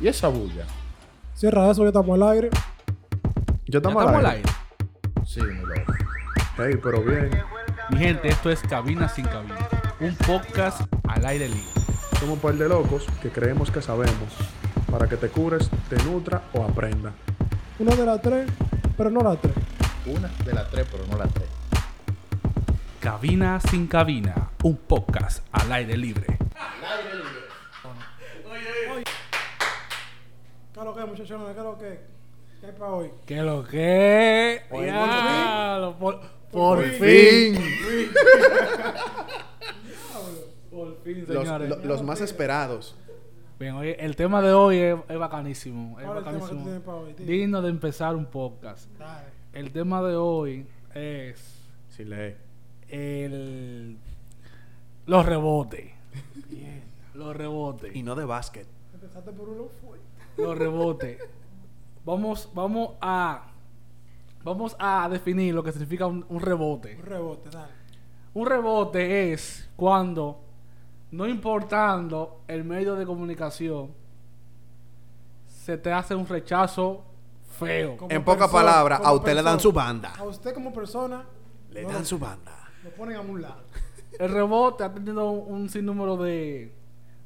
¿Y esa bulla? Cierra eso, ya estamos al aire. Yo Ya estamos estamos al al aire. Sí, mi loco. Ey, pero bien. Mi gente, esto es Cabina sin Cabina. Un podcast al aire libre. Somos un par de locos que creemos que sabemos. Para que te cures, te nutra o aprenda. Una de las tres, pero no las tres. Una de las tres, pero no las tres. Cabina sin Cabina. Un podcast al aire libre. ¿Qué es lo que, muchachones? ¿Qué es lo que? ¿Qué hay para hoy? ¿Qué lo que? Oye, Ya, por por, por, fin. por fin, Los, señores. lo- los más esperados. Bien, oye, el tema de hoy es, es bacanísimo. Es ¿Cuál es el tema que tú bacanísimo. tienes para hoy? Dime. Digno de empezar un podcast. Dale. El tema de hoy es Si lee. el los rebotes. Los rebotes. Y no de básquet. Empezaste por uno fuerte. los rebotes. Vamos, vamos a vamos a definir lo que significa un, un rebote. Un rebote, dale. Un rebote es cuando, no importando el medio de comunicación, se te hace un rechazo feo. Como En pocas persona- palabras, como a usted le dan persona- su banda. A usted como persona, Le no dan lo- su banda. lo ponen a un lado. El rebote ha tenido un sinnúmero de...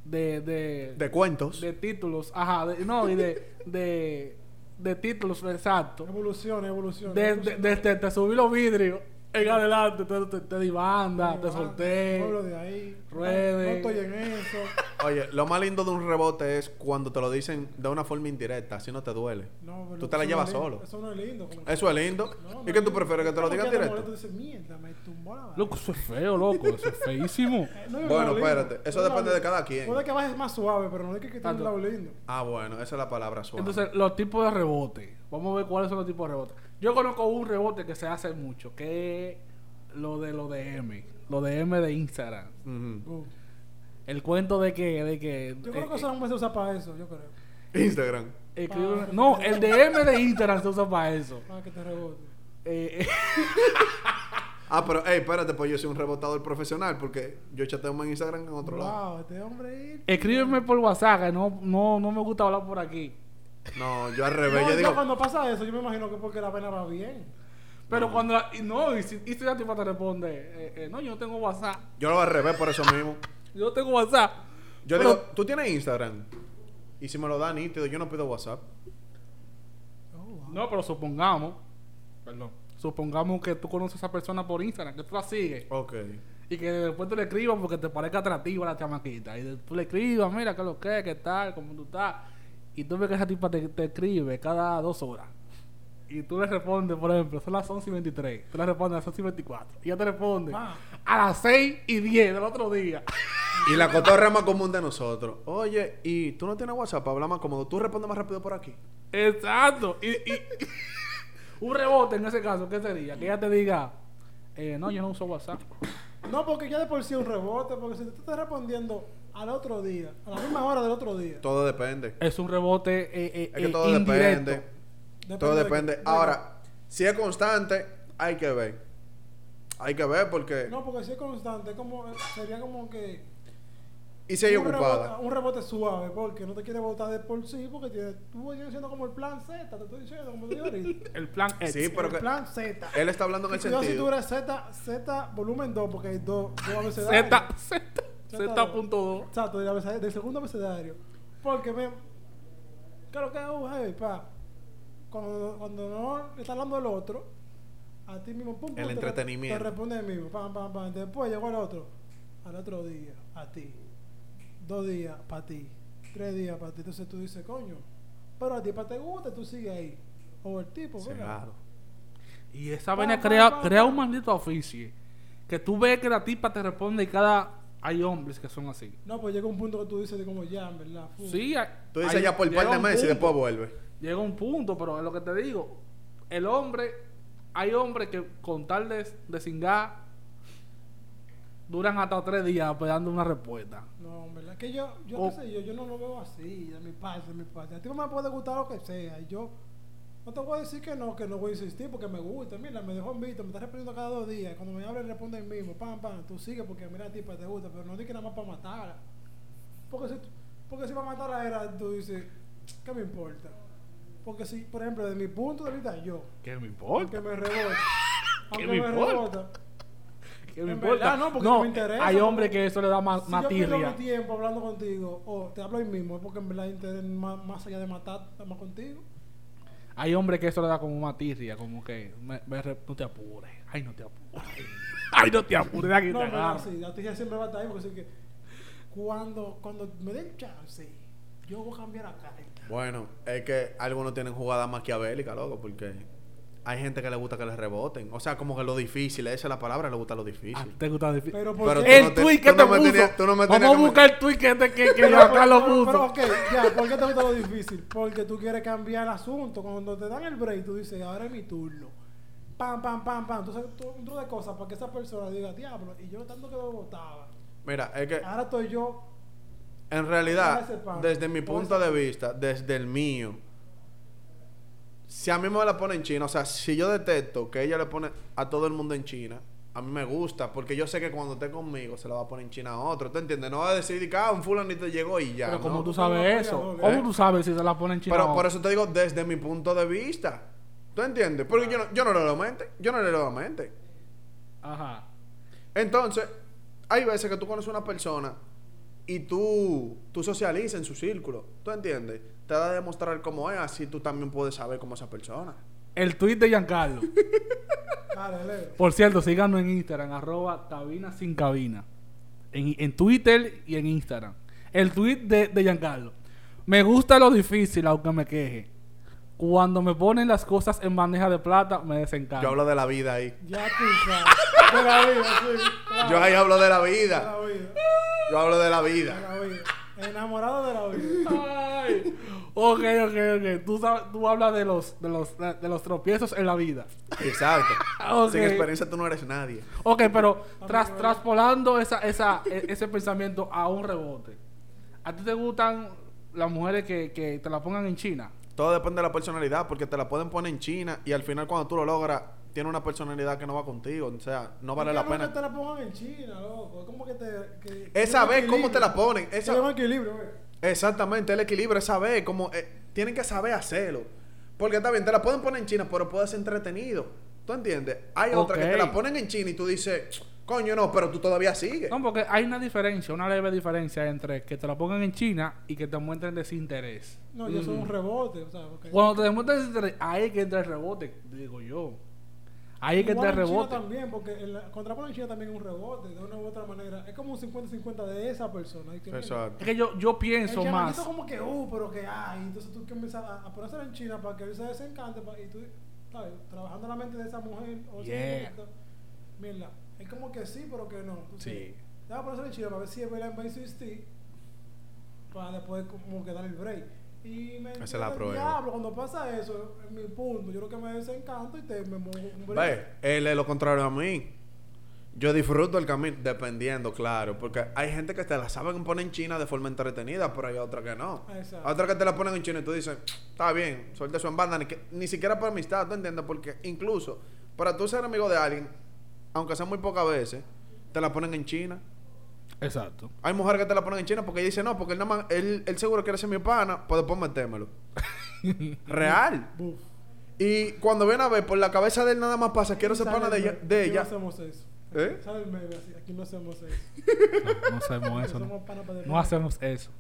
De, de, De cuentos. de títulos, ajá, de- no, y de, de, de títulos, exacto. Evolución, evolución. Desde, desde este, te subí los vidrios, en adelante te, te, te di banda, te solté. Pueblo de ahí. Ruede. No estoy en eso. Oye, lo más lindo de un rebote es cuando te lo dicen de una forma indirecta, así no te duele. No, pero Tú te la eso no llevas es lindo, solo. Eso no es lindo. como que- Eso es lindo. no, ¿Y qué tú no, prefieres que te lo porque digan te molesta, directo? tú dices, "Mierda, me tumbó la banda". Loco, eso es feo, loco, eso es feísimo. Eh, no es Bueno, lado lindo, espérate, no eso es lado depende de lindo. cada quien. Puede que bajes más suave, pero no es que que tiene un Tanto. lado lindo. Ah, bueno, esa es la palabra suave. Entonces, los tipos de rebote. Vamos a ver cuáles son los tipos de rebote. Yo conozco un rebote que se hace mucho, que es lo de lo de M. Lo de M de Instagram. Ujú. Uh. El cuento de que... De que Yo creo eh, que eso no se usa para eso, yo creo. Instagram. eh, escribe- No, el de M de Instagram se usa para eso. Para que te rebote. Eh, eh, Ah, pero, hey, espérate, pues yo soy un rebotador profesional porque yo chateo más en Instagram que en otro Ah. lado. Wow, este hombre Eh, es- escríbeme por WhatsApp, que no, no, no me gusta hablar por aquí. No, yo al No, revés, yo Eh, yo digo, cuando pasa eso, yo me imagino que porque la pena va bien. Pero cuando... la- y no, y si, y si la tipa te responde, eh, eh, no, yo no tengo WhatsApp. yo lo hago al revés por eso mismo. Yo no tengo WhatsApp. Yo Pero- digo, tú tienes Instagram. Y si me lo dan nítido, yo no pido WhatsApp. No, pero supongamos, perdón, supongamos que tú conoces a esa persona por Instagram, que tú la sigues Ok. y que después tú le escribas porque te parezca atractiva la chamaquita. Y de- tú le escribas, mira, qué es lo que, es, qué tal, cómo tú estás. Y tú ves que esa tipa te, te escribe cada dos horas. Y tú le respondes, por ejemplo, son las 11 y 23. Tú le respondes a las 11 y 24. Y ella te responde Ah. a las 6 y 10 del otro día. Y la cotorra más común de nosotros. Oye, ¿y tú no tienes WhatsApp para hablar más cómodo? Tú respondes más rápido por aquí. Exacto. Y, y- un rebote en ese caso, ¿qué sería? Que ella te diga, eh, no, yo no uso WhatsApp. No, porque ya de por sí es un rebote, porque si tú estás respondiendo al otro día, a la misma hora del otro día. Todo depende. Es un rebote eh, eh, Es que eh, todo indirecto. depende. Todo de- depende. de- Ahora, si es constante, hay que ver. Hay que ver porque... No, porque si es constante, es como, sería como que. Y si hay un ocupada. rebote- un rebote suave, porque no te quiere botar de por sí, porque tiene, tú estás diciendo como el plan Z, te estoy diciendo, como te digo ahorita. El plan X. Sí, pero el que- plan Z. Él está hablando en el Cuidado si tú sentido. eres Z, Z volumen 2, porque hay dos, dos abecedarios. Z, Z, Z.2. Exacto, del, abecedario- del segundo abecedario. Porque me. Claro que es un heavy, pa. Cuando, cuando no le está hablando el otro, a ti mismo, pum, pum, El te- entretenimiento. Te responde el mismo, pam, pam, pam. Después llegó el otro, al otro día, a ti. Dos días, para ti. Tres días, para ti. Entonces tú dices, coño, pero a ti pa te gusta, tú sigues ahí. O el tipo, ¿verdad? Cegado. Y esa Pa, vaina pa, crea, pa, crea pa. un maldito oficio. Que tú ves que la tipa te responde y cada... Hay hombres que son así. No, pues llega un punto que tú dices, de como ya, en verdad. fu. Sí, hay- Tú dices hay- ya por un par llega de un meses y punto- después vuelve. Llega un punto, pero es lo que te digo. El hombre... Hay hombres que con tal de, de cingar duran hasta tres días esperando una respuesta. No, en verdad que yo, yo O- qué sé yo, yo no lo veo así, de mi parte, de mi parte. A ti me puede gustar lo que sea, y yo no te voy a decir que no, que no voy a insistir porque me gusta. Mira, me dejó en visto, me está respondiendo cada dos días. Cuando me habla, responde el mismo, pam, pam, tú sigues porque mira a ti pa, te gusta, pero no di que nada más para matarla. Porque si, tú- porque si para matarla era, tú dices, ¿Qué me importa? Porque si, por ejemplo, desde mi punto de vista, yo, ¿Qué me importa? aunque me rebota, aunque Oh. me me, importa? rebota, ¿Qué me en importa? verdad no, porque no me interesa, Hay porque- hombres que eso le da más, si más yo pierdo mi tirria. tiempo hablando contigo, o te hablo hoy mismo, es porque en verdad hay interés más, más allá de matar, está más contigo. Hay hombres que eso le da como más tirria, como que me- me re- no te apures. Ay, no te apures. Ay, no te apures. Aquí No, te en verdad, agarro. sí, la tijera siempre va a estar ahí, porque sí que cuando, cuando me den chance, yo voy a cambiar la carta. Bueno, es que algunos tienen jugadas maquiavélicas, loco, porque hay gente que le gusta que les reboten. O sea, como que lo difícil, esa es la palabra, le gusta lo Ah, difícil. te gusta difícil. Pero por Pero qué? El tú no te- tweet que tú te no me puso. tenías- tú no me Vamos tenías a que me- buscar el tweet que te que, que Pero, yo acá lo pero, pero, puso. ok, ya, ¿por qué te gusta lo difícil? Porque tú quieres cambiar el asunto. Cuando te dan el break, tú dices, ahora es mi turno. Pam, pam, pam, pam. Entonces, tú, un montón de cosas para que esa persona diga, diablo, y yo tanto que lo votaba. Mira, es que Ahora estoy yo. en Ah, Ese realidad, pan. desde mi Por punto esa- de vista, desde el mío, si a mí me la pone en China, o sea, si yo detecto que ella le pone a todo el mundo en China, a mí me gusta, porque yo sé que cuando esté conmigo se la va a poner en China a otro, ¿tú entiendes? No va a decidir que ah, un fulanito llegó y ya. Pero como Ah, ¿no? tú Como los sabes eso, apoyadores. ¿cómo tú sabes si se la ponen chino? Pero por eso te digo desde mi punto de vista. ¿Tú entiendes? Porque yo no, yo no le lo mente. Yo no le lo mente. Ajá. Entonces, hay veces que tú conoces a una persona y tú, tú socializas en su círculo. ¿Tú entiendes? Te da a demostrar cómo es, así tú también puedes saber cómo es esa persona. El tweet de Giancarlo. Dale, leo. Por cierto, síganos en Instagram, arroba cabina sin cabina. En, en Twitter y en Instagram. El tweet de, de Giancarlo. Me gusta lo difícil, aunque me queje. Cuando me ponen las cosas en bandeja de plata, me desencanto. Yo hablo de la vida ahí. Ya tú sabes. De la vida, sí. Yo ahí hablo de la De la vida. vida. Yo hablo de la De vida. la vida. Enamorado de la vida. Ay. Ok, ok, ok. Tú, sabes- tú hablas de los, de, los, de los tropiezos en la vida. Exacto. Ok. Sin experiencia tú no eres nadie. Ok, pero tras, traspolando esa, esa, e- ese pensamiento a un rebote. ¿A ti te gustan las mujeres que, que te la pongan en China? Todo depende de la personalidad, porque te la pueden poner en China y al final cuando tú lo logras, tiene una personalidad que no va contigo. O sea, no vale la ¿Por qué nunca pena. te la pongan en China, loco. ¿Cómo que te. que- que Esa lleva vez, ¿cómo equilibrio? te la ponen? Que Esa- lleva equilibrio, güey. Exactamente, el equilibrio es saber cómo... eh, tienen que saber hacerlo. Porque está bien, te la pueden poner en China, pero puede ser entretenido. ¿Tú entiendes? Hay otra que Ok. te la ponen en China y tú dices, coño, no, pero tú todavía sigues. No, porque hay una diferencia, una leve diferencia entre que te la pongan en China y que te muestren desinterés. Mm. No, yo soy un Mm. rebote, o sea, porque. Cuando te demuestran desinterés, ahí es que entra el rebote, digo yo. Ahí es que entra Igual el en China rebote. también, porque el contrapone en China también es un rebote, de una u otra manera. Es como un 50-50 de esa persona. y que- Es que yo, yo El pienso más. chamaquito como que, uh, pero que hay. Entonces tú que empiezas a, a ponerse en China para que él se desencante. pa- y tú, ¿sabes? Trabajando la mente de esa mujer. O ese Yeah. mujerito, mira, es como que sí, pero que no. tú Sí. sabes. Te vas a ponerse en China para ver si es verdad en vez de insistir. Para después como que dar el break. Y me Esa es entiende la el prueba. diablo, cuando pasa eso, en mi punto, yo creo que me desencanto y te me muevo un break. Ve, él es lo contrario a mí. Yo disfruto el camino, dependiendo, claro. Porque hay gente que te la saben poner en China de forma entretenida, pero hay otra que no. Exacto. Hay Otra que te la ponen en China y tú dices, está bien, suelta su banda. Ni, que- ni siquiera por amistad, ¿tú entiendes? Porque incluso para tú ser amigo de alguien, aunque sea muy pocas veces, te la ponen en China. Exacto. Hay mujeres que te la ponen en China porque ella dice, no, porque él, nada más, él, él seguro quiere ser mi pana, pues después metérmelo. Real. Buf. Y cuando ven a ver, por la cabeza de él nada más pasa, quiero ser Sale pana de el ella. meme, De aquí no ella. hacemos eso. ¿Eh? Sale el meme así, Aquí no hacemos eso. No hacemos eso. Somos No, pana para no defender. hacemos eso.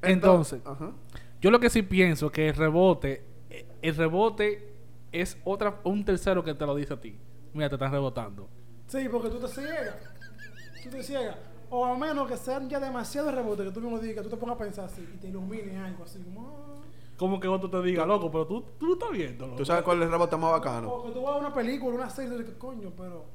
Entonces, Ajá. yo lo que sí pienso que el rebote, eh, el rebote es otra, un tercero que te lo dice a ti. Mira, te están rebotando. Sí, porque tú te ciegas. Tú te ciegas. O a menos que sean ya demasiado rebote que tú mismo digas, tú te pongas a pensar así y te ilumine algo así. Como, ah. Como que otro te diga, loco, pero tú, tú lo estás viendo. loco". ¿Tú sabes cuál es el rebote más ah. bacano? O que tú vas a una película, una serie, y tú dices, coño, pero.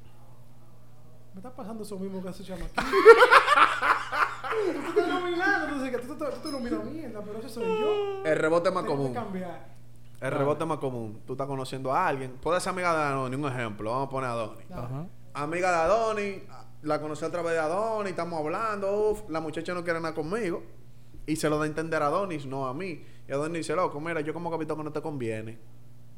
Me está pasando eso mismo que ese chamaquito. tú te estás iluminando, tú, dices que tú, tú, tú te iluminas mierda, pero ese soy yo. El rebote más Tengo que común. cambiar. El rebote más común. Tú estás conociendo a alguien. Puede ser amiga de Adoni, un ejemplo. Vamos a poner a Adoni. Dale. Ajá. Amiga de Adoni, la conocí a través de Adoni, estamos hablando. Uf, la muchacha no quiere nada conmigo. Y se lo da a entender a Adonis, no a mí. Y Adonis dice, loco, mira, yo como capitán que no te conviene.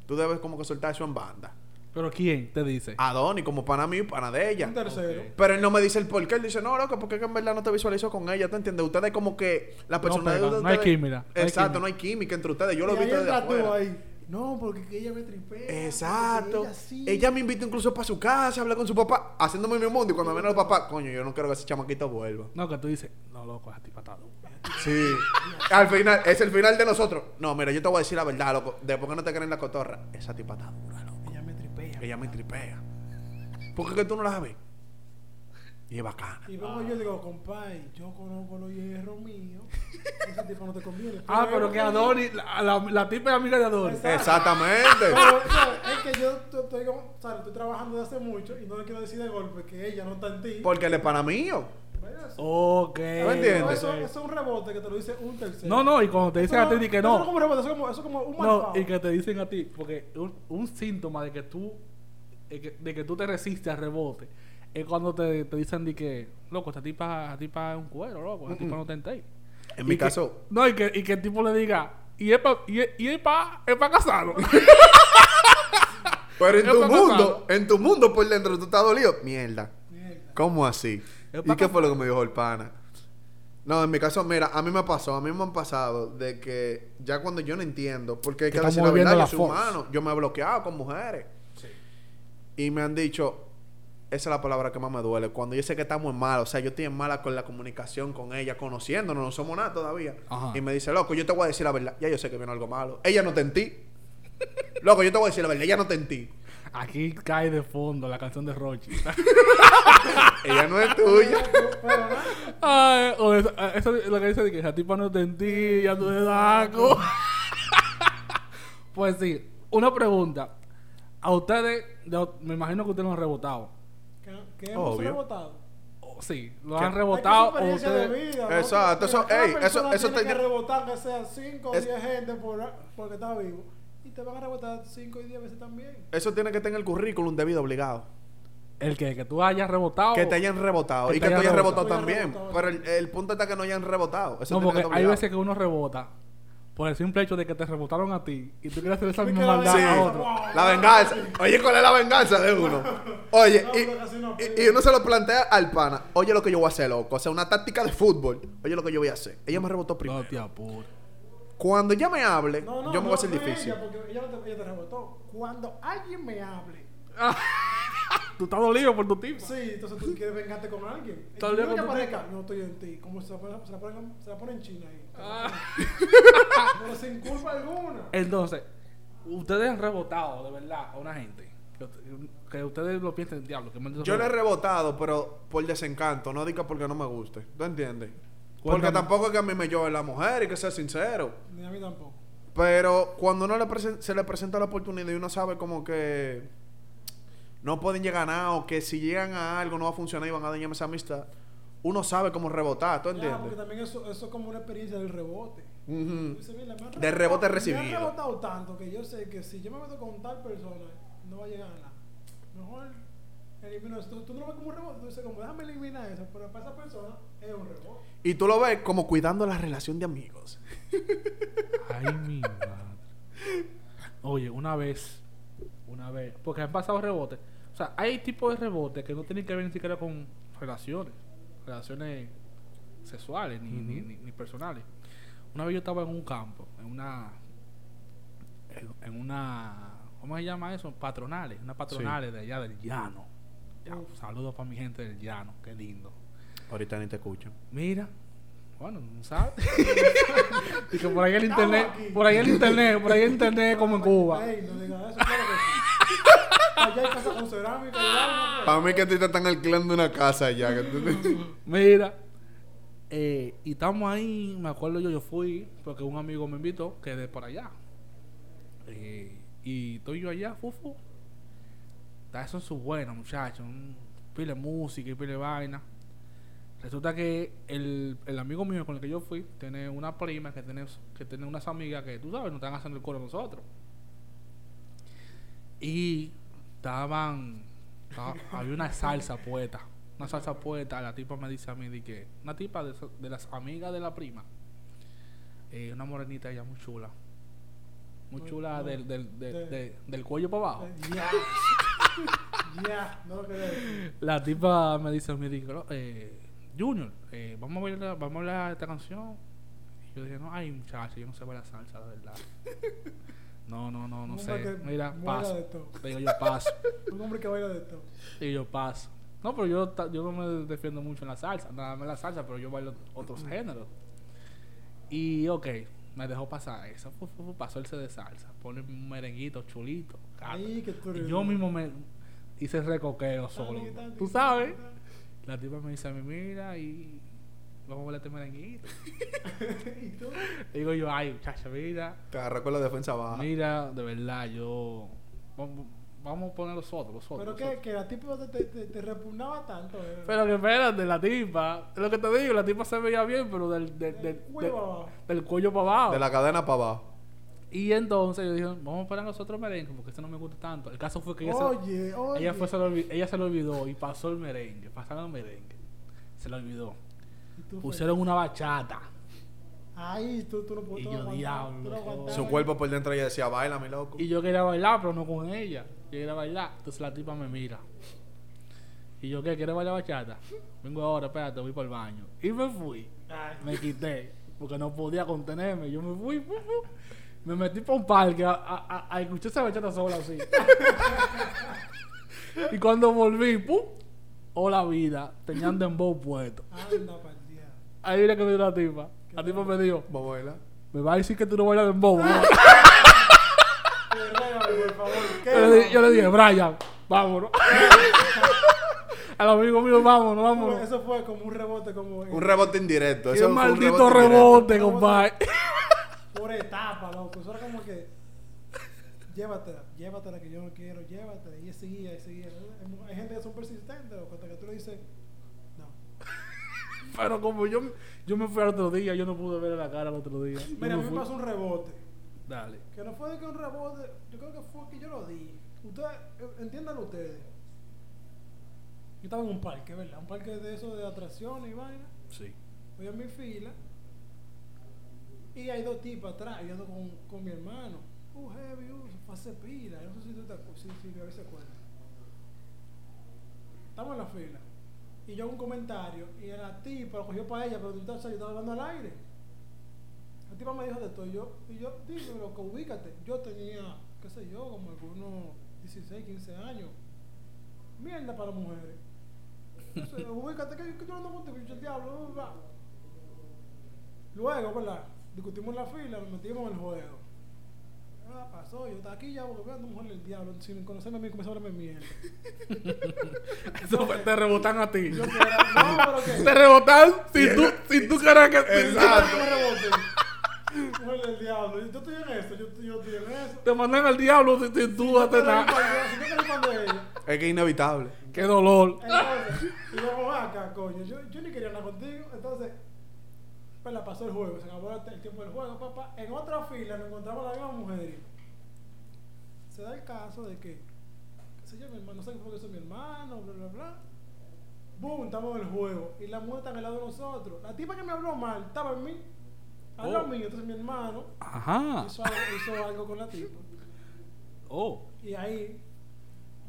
Tú debes como que soltar eso en banda. Pero ¿quién te dice? Adoni, como pana mío y pana de ella. Un tercero. Ok. Pero él no me dice el por qué. Él dice, no, loco, porque es que en verdad no te visualizo con ella. ¿Te entiendes? Ustedes como que la personalidad pega, de no hay ustedes- química, no hay Exacto, química. no hay química entre ustedes. Yo lo Y he ahí visto desde entra tú afuera. ahí. No, porque que ella me tripea. Exacto. porque Ella, sí. me invita incluso para su casa, habla con su papá, haciéndome mi mundo. Y cuando viene el papá, coño, yo no quiero que ese chamaquito vuelva. No, que tú dices, no, loco, es atipatado. Sí. Al final, es el final de nosotros. No, mira, yo te voy a decir la verdad, loco. Después que no te creen la cotorra, esa tipa está dura, loco. Ella me tripea. Ella me tripea. ¿Por qué que tú no la ves? Y es bacana. Y luego yo digo, compadre, yo conozco los hierros míos. Ese tipo no te conviene. Ah, pero que Adonis, la, la, la tipa es amiga de Adonis. Exacto. Exactamente. Pero, o sea, es que yo t- estoy, como- o sea, estoy trabajando desde hace mucho y no le quiero decir de golpe que ella no está en ti. Porque él es pana mío. Vaya, sí. Ok. ¿No No, entiendes? eso, eso es un rebote que te lo dice un tercero. No, no, y cuando te dicen a ti di que Eso es como no. un rebote, eso es como, eso es como un No, malvado. y que te dicen a ti, porque un, un síntoma de que tú de que, de que tú te resistes al rebote es cuando te, te dicen di que, loco, esta tipa, esta tipa es un cuero, loco, esta tipa no te enteres. En Y mi que- caso, No, y que, y que el tipo le diga, y es para y es, y es pa, es pa casado. Pero en Yo tu cuando mundo, salgo- en tu mundo por dentro, tú estás dolido. Mierda. Mierda. ¿Cómo así? Yo ¿Y pa- qué fue lo que me dijo el pana? No, en mi caso, mira, a mí me pasó, a mí me han pasado de que ya cuando yo no entiendo, porque hay Que que decir estamos la verdad, viviendo yo la soy Fox. humano, yo me he bloqueado con mujeres. Y me han dicho, esa es la palabra que más me duele, cuando yo sé que estamos en mal, o sea, yo estoy en mala con la comunicación con ella, conociéndonos, no somos nada todavía. Ajá. Y me dice, loco, yo te voy a decir la verdad, ya yo sé que viene algo malo. Ella no te entí. loco, yo te voy a decir la verdad, ella no te entí. Aquí cae de fondo la canción de Rochi. Ella no es tuya. Pero, pero nada, Ay, o esa- ah, eso es lo que dice de que esa tipa no te entendí, ya tú de daco. pues sí, una pregunta. A ustedes, de- me imagino que ustedes lo han rebotado. que, que hemos Obvio. rebotado. O- Sí, lo Es ¿Qué? han que es rebotado. o experiencia ustedes- de vida, ¿no? Exacto, eso- Cada ey, eso- persona eso tiene te- que rebotar que sea 5 o Es- 10 gente por, porque está vivo. Y te van a rebotar 5 y 10 veces también. Eso tiene que estar en el currículum debido obligado. El que, que tú hayas rebotado. Que te hayan rebotado. Que Y te que te hayan hayan rebotado rebotado. también. Oh. Te hayan Pero rebotado. el, el punto está que no hayan rebotado. Eso tiene No, que porque estar hay obligado. veces que uno rebota por el simple hecho de que te rebotaron a ti y tú quieres hacer esa Porque misma la maldad Sí, venganza, a Ah, otro. wow. la venganza. Oye, ¿cuál es la venganza de uno? Oye, No, y, pero casi no y- pega. y uno se lo plantea al pana. Oye, lo que yo voy a hacer, loco. O sea, una táctica de fútbol. Oye, lo que yo voy a hacer. Ella me rebotó primero. No, te apures. Cuando ella me hable, No, no, yo me voy a hacer no, no es difícil. Ella, porque ella, no te, ella te rebotó. Cuando alguien me hable, Tú estás dolido por tu tipa. sí, entonces tú quieres vengarte con alguien. Y Tal vez luego que cuando tú aparezca, no estoy en ti. Como se la pone, se la pone, se la pone en China ahí. Ah. Pero sin culpa alguna. Entonces, ustedes han rebotado de verdad a una gente. Que, que ustedes lo piensen, diablo. Que maldito Yo le he rebote. rebotado, pero por desencanto. No diga porque no me guste. ¿Tú entiendes? Porque Cuéntame. tampoco es que a mí me llore la mujer y que sea sincero. Ni a mí tampoco. Pero cuando uno le presen- se le presenta la oportunidad y uno sabe como que no pueden llegar a nada o que si llegan a algo no va a funcionar y van a dañar esa amistad, uno sabe cómo rebotar, ¿tú Ya, porque entiendes? también eso, eso es como una experiencia del rebote. Ujú. Dice, mira, Pues, me han De rebotado- rebote Me recibido. han rebotado tanto que yo sé que si yo me meto con tal persona, no va a llegar a nada. Mejor elimino esto. Tú no lo ves como un rebote. Tú dices, como déjame eliminar eso. Pero para esa persona es un rebote. Y tú lo ves como cuidando la relación de amigos. Ay, mi madre. Oye, una vez. Una vez. Porque han pasado rebotes. O sea, hay tipos de rebotes que no tienen que ver ni siquiera con relaciones. Relaciones sexuales ni, ni- ni- ni personales. Una vez yo estaba en un campo, en una. En, en una. ¿Cómo se llama eso? Patronales. Una patronales de allá del llano. Ya, saludos para mi gente del llano. Qué lindo. Ahorita ni te escuchan. Mira. Bueno, no sabes. Dice, por ahí el internet, Estamos aquí. por ahí el internet, por ahí el internet como en Cuba. Ey, no digas eso. Claro que sí. Allá hay casa con cerámica. y algo, Para mí que a ti te están alquilando una casa ya. que tú- Mira. eh, y estamos ahí, me acuerdo yo, yo fui, porque un amigo me invitó, que es de por allá. Eh, y estoy yo allá, fufu. Está eso en su buena, muchachos. Pile música y pile vaina. Resulta que el, el amigo mío con el que yo fui tiene una prima que tiene, que tiene unas amigas que tú sabes, nos están haciendo el coro a nosotros. Y estaban. estaba- había una salsa puesta. Una salsa puesta. La tipa me dice a mí: de que, una tipa de, esa- de las amigas de la prima. eh, una morenita ella muy chula. Muy Muy- chula muy- del, del, del- de- de- del cuello para abajo. que- pues. Ya. Ya, no lo quería decir. La tipa me dice, me dijo, eh, Junior, eh, vamos a bailar, vamos a bailar esta canción. Y yo dije, no, ay muchacho, yo no sé bailar salsa, la verdad. No, no, no, no Un hombre sé. que Mira, muera paso. de todo. Le digo yo paso. Un hombre que baila de todo. Y yo paso. No, pero yo, ta- yo no me defiendo mucho en la salsa. Nada más en la salsa, pero yo bailo otros géneros. Y ok, me dejó pasar eso. Fu, fu, fu, pasó el set de salsa. Pone un merenguito chulito. gato. Ahí que tú Y yo mismo me hice el recoqueo solo. Tú sabes. La tipa me dice a mí, mira, y vamos a volar este merenguito. Y tú, Digo yo, ay, muchacha, mira, Te agarró con la defensa Ah. baja. mira, de verdad, yo. Vamos, vamos a poner los otros, los otros. Pero los que, otros. que la tipa te, te, te, te repugnaba tanto. eh. Pero que espérate, la tipa, es lo que te digo, la tipa se veía bien, pero del, del, Del del- cuello del- para abajo. del cuello para abajo. De la cadena para abajo. Y entonces yo dije, vamos a poner los otros merengues, porque este no me gusta tanto. El caso fue que ella se- Oye, oye. Ella, fue, se lo olvi- ella se lo olvidó y pasó el merengue. Pasaron el merengue. Se lo olvidó. Y tú fue- Pusieron una bachata. Ahí tú, tú no puedes. Y tú yo, no aguantabas, diablo, tú no loco. aguantabas. Su cuerpo por dentro ya decía, baila, mi loco. Y yo quería bailar, pero no con ella. Yo quería bailar. Entonces la tipa me mira. Y yo, ¿qué? ¿Quieres bailar bachata? Vengo ahora, espérate, voy para el baño. Y me fui. Ay, Me quité. Porque no podía contenerme. Yo me fui. fu, fu. Me metí para un parque a, a- a- a escuchar esa bachata sola así. y cuando volví, ¡pum! ¡Oh, la vida! Tenían dembow puesto. Anda pa'l diablo. Ahí viene que me dio la tipa. La tipa me dijo, Vamos a bailar. me va a decir que tú no bailas dembow. ¿no?" Perdóname, por favor. ¿qué? Yo le, di- yo le dije, Brian, vámonos. Al amigo mío, vámonos, Fue- vámonos. Eso fue como un rebote, como en- Un rebote indirecto. Qué Eso fue un maldito rebote indirecto. rebote, compadre. por etapa, loco. Eso era como que. Llévatela, llévatela que yo no quiero, llévatela. Y seguía, y seguía. Hay gente que son persistentes, loco, hasta que tú le dices, no. Pero como yo, yo me fui al otro día, yo no pude ver la cara al otro día. Yo Mira, a me mí me fui. pasó un rebote. Dale. Que no fue de que un rebote, yo creo que fue que yo lo di. Ustedes, eh, entiendan ustedes. Yo estaba en un parque, ¿verdad? Un parque de eso de atracciones y vaina. Sí. Voy a mi fila. Y hay dos tipos atrás, yo ando con, con mi hermano. Uh, heavy, uh, se pase pila. Yo No sé si tú te acu- si, si Gabriel se acuerda. Estamos en la fila. Y yo hago un comentario. Y la tipa lo cogió para ella, pero tú estás yo estaba hablando al aire. La tipa me dijo de todo. Y yo, y yo dime, loco, ubícate. Yo tenía, qué sé yo, como algunos 16, 15 años. Mierda para mujeres. Entonces, ubícate que, que yo no ando contigo, yo el diablo. bla, bla. Luego, ¿verdad? Discutimos la fila, nos metimos en el juego. Ah, pasó, yo estaba aquí ya volviendo mujer del diablo, sin conocerme a mí, comenzó a hablarme mierda. Eso fue- te rebotan a ti. Yo que era, no, pero qué. Te rebotan si tú, si tú querías que Yo era que me rebote. Mujer del diablo, yo estoy en eso, yo, estoy- yo estoy en eso. te mandan al diablo si, si tú haces nada. Yo cuando ella. Es que es inevitable. Qué dolor. Entonces, y luego acá, coño, yo, yo ni quería nada contigo. Entonces, pues la pasó el juego, se acabó el, el tiempo del juego, papá. En otra fila nos encontramos a la misma mujer. y Se da el caso de que, qué sé yo, mi hermano, no sé qué fue que soy mi hermano, bla, bla, bla. Boom, estamos en el juego. Y la mujer está al lado de nosotros. La tipa que me habló mal estaba en mí. Al lado Oh. Ah. mío, entonces mi hermano Ajá. hizo algo- hizo algo con la tipa. Oh. Y ahí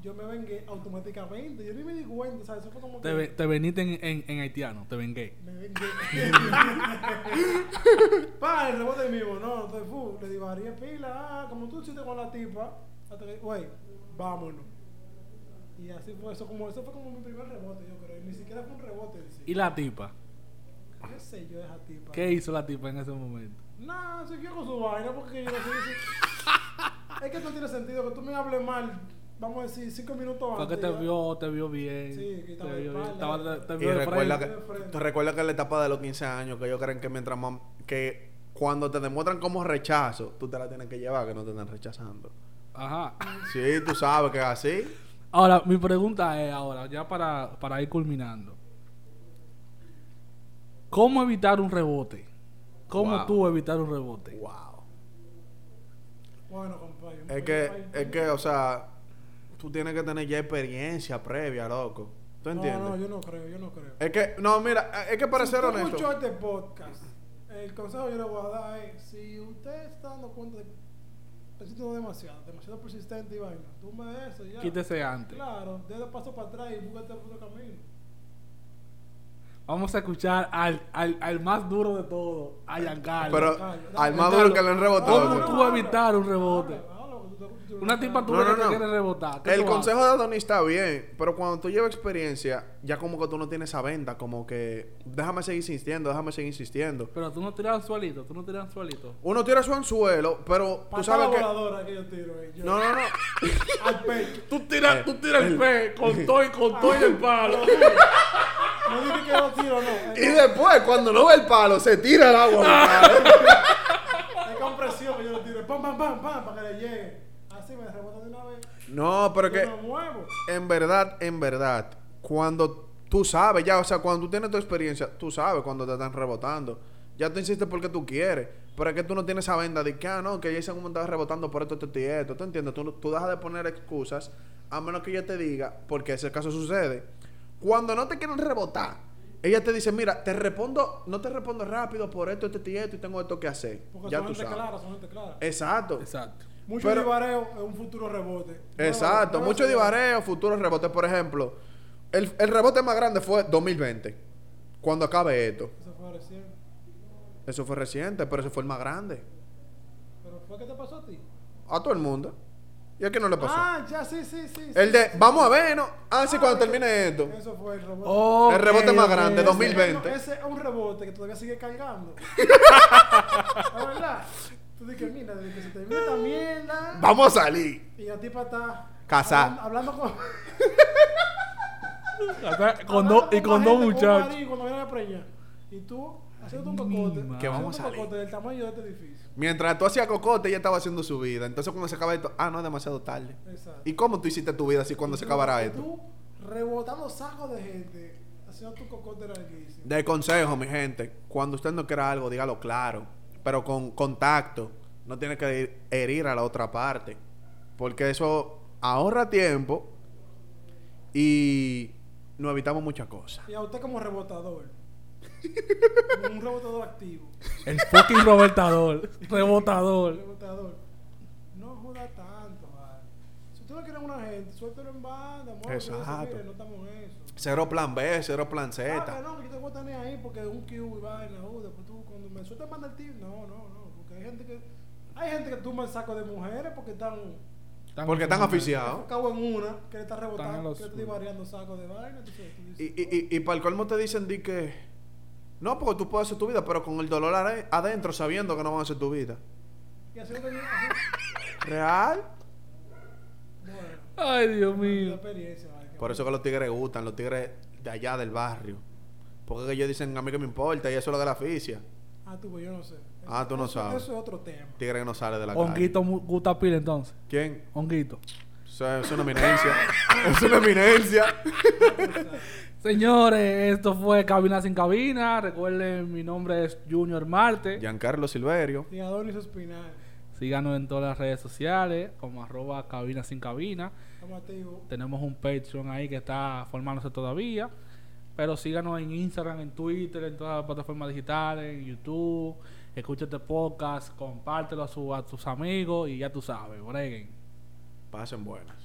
yo me vengué automáticamente. Yo ni me di cuenta, o sea, eso fue como Te, que. ve- te veniste en, en, en haitiano, te vengué. Me vengué. Pa, el rebote mismo, no, entonces fu, le digo, haría pila, ah, como tú hiciste con la tipa, hasta que, güey, vámonos. Y así fue, eso como eso fue como mi primer rebote, yo creo. y ni siquiera fue un rebote en sí. ¿Y la tipa? ¿Qué sé yo de esa tipa? ¿Qué hizo la tipa en ese momento? No, siguió con su vaina porque yo no sé si- Es que no tiene sentido que tú me hables mal, vamos a decir, cinco minutos antes. Porque te ya. vio, te vio bien. Sí, que estaba te de vio bien. espalda. Estaba- te Y vio de recuerda que, frente. te recuerda que en la etapa de los 15 años, que ellos creen que mientras más. que cuando te demuestran como rechazo, tú te la tienes que llevar, que no te están rechazando. Ajá. Sí, tú sabes que es así. Ahora, mi pregunta es ahora, ya para, para ir culminando. ¿Cómo evitar un rebote? ¿Cómo Wow. tú evitar un rebote? Wow. Bueno, compadre. Es que, es que, o sea, tú tienes que tener ya experiencia previa, loco. ¿Tú entiendes? No, no, yo no creo, yo no creo. Es que, no, mira, es que para ser si usted escuchó honesto. este podcast, el consejo que yo le voy a dar es, si usted está dando cuenta de Estoy siendo demasiado, demasiado persistente y vaina. Tú me eso y ya. Quítese antes. Claro, dé dos pasos para atrás y búscate otro camino. Vamos a escuchar al, al, al más duro de todo, a Giancarlo. Pero Giancarlo. al más duro que le han ¿Cómo rebotado. tú güey. vas a evitar un rebote? Habla, habla, porque tú te- tú te- Una tipa No, tuya no, que no. te quiere rebotar. ¿qué El tú haces? consejo de Adonis está bien, pero cuando tú llevas experiencia, ya como que tú no tienes esa venta, como que déjame seguir insistiendo, déjame seguir insistiendo. Pero tú no tiras anzuelito, tú no tiras anzuelito. Uno tira su anzuelo, pero tú Patada sabes que. voladora que yo tiro ahí, yo- No, no, no. Al pecho. Tú tiras, tú tiras el pez con todo y con todo y el palo. No dije que yo tiro, no. Y Es, después, cuando no ve el palo, se tira el agua. al palo. es con presión que yo lo tiro. Pam, pam, pam, pam, para que le llegue. Así me rebota de una vez. No, pero Yo que me muevo. en verdad, en verdad, cuando tú sabes ya, o sea, cuando tú tienes tu experiencia, tú sabes cuando te están rebotando. Ya tú insistes porque tú quieres, pero es que tú no tienes esa venda de que, ah, no, que Jason me estaba rebotando por esto, esto, esto y esto. ¿Tú entiendes? Tú, no- tú dejas de poner excusas a menos que yo te diga, porque ese caso sucede. Cuando no te quieren rebotar, ella te dice, mira, te respondo, no te respondo rápido por esto, esto, esto y esto y tengo esto que hacer. Porque ya son tú gente sabes. clara, son gente clara. Exacto. Exacto. Mucho Pero- divareo es un futuro rebote. Exacto, mucho divareo. divareo, futuros rebotes. Por ejemplo, el, el rebote más grande fue 2020, cuando acabe esto. Eso fue recién. Eso fue reciente, pero eso fue el más grande. ¿Pero fue que te pasó a ti? A todo el mundo. ¿Y a quién no le pasó? Ah, ya, sí, sí, sí. el sí, de, sí. vamos a ver, ¿no? Ah, sí, Ah, cuando eso- termine esto. Oh, Eso fue el rebote. el rebote más grande, Ese- 2020. Ese es un rebote que todavía sigue cargando. La verdad. Tú dices, mira, desde que se termina esta mierda. Vamos a salir. Y la tipa está. Casada. Hablando, hablando con. Acá con dos- y con dos muchachos. Cuando viene a preñar. Y tú, haciendo un Ay, mi cocote. madre. Que haciéndote vamos a un salir. cocote del tamaño de este edificio. Mientras tú hacías cocote, ella estaba haciendo su vida. Entonces, cuando se acaba esto, ah, no, es demasiado tarde. Exacto. ¿Y cómo tú hiciste tu vida así cuando Y se tú- acabará y esto? Tú rebotando sacos de gente. Haciendo tu cocote larguísimo. De consejo, mi gente, cuando usted no quiera algo, dígalo claro, pero con contacto. No tiene que ir- herir a la otra parte, porque eso ahorra tiempo y nos evitamos muchas cosas. Y a usted como rebotador. Como un rebotador activo. El fucking rebotador. El Rebotador. rebotador. No joda tanto, vale. Si usted no quiere una gente, suéltelo en banda, amor. Exacto. Mire, no estamos en eso. Cero plan B, cero plan Ah, que Z. no, que yo te voy a tener ahí porque un Q y vaina, uh, después tú cuando me sueltas manda el tío. No, no, no, porque hay gente que hay gente que tumba el saco de mujeres porque están Porque están aficiados. cabo en una, que le está Están en rebotando, los que le está suyos. divariando sacos de vaina, entonces tú Y, dices, y, y, y para el colmo te dicen di que no, porque tú puedes hacer tu vida, pero con el dolor are- adentro, sabiendo que no van a hacer tu vida. y así lo que yo- así- ¿Real? bueno, Ay, Dios la mío. experiencia, vale, que- Por eso que los tigres gustan, los tigres de allá del barrio. Porque ellos dicen a mí que me importa y eso es lo de la aficia. Ah, tú, pues yo no sé. Ah, tú no Eso- sabes. Eso es otro tema. Tigre que no sale de la Honguito mu- gusta pila entonces. calle. ¿Quién? Honguito. Eso es una eminencia. es una eminencia. Señores, esto fue Cabina sin Cabina. Recuerden, mi nombre es Junior Marte. Giancarlo Silverio. Y Adonis Espinal, Síganos en todas las redes sociales como arroba cabina sin cabina. estamos activos. Tenemos un Patreon ahí que está formándose todavía. Pero síganos en Instagram, en Twitter, en todas las plataformas digitales, en YouTube. Escúchate podcast, compártelo a, su- a tus amigos y ya tú sabes, breguen. Pasen buenas.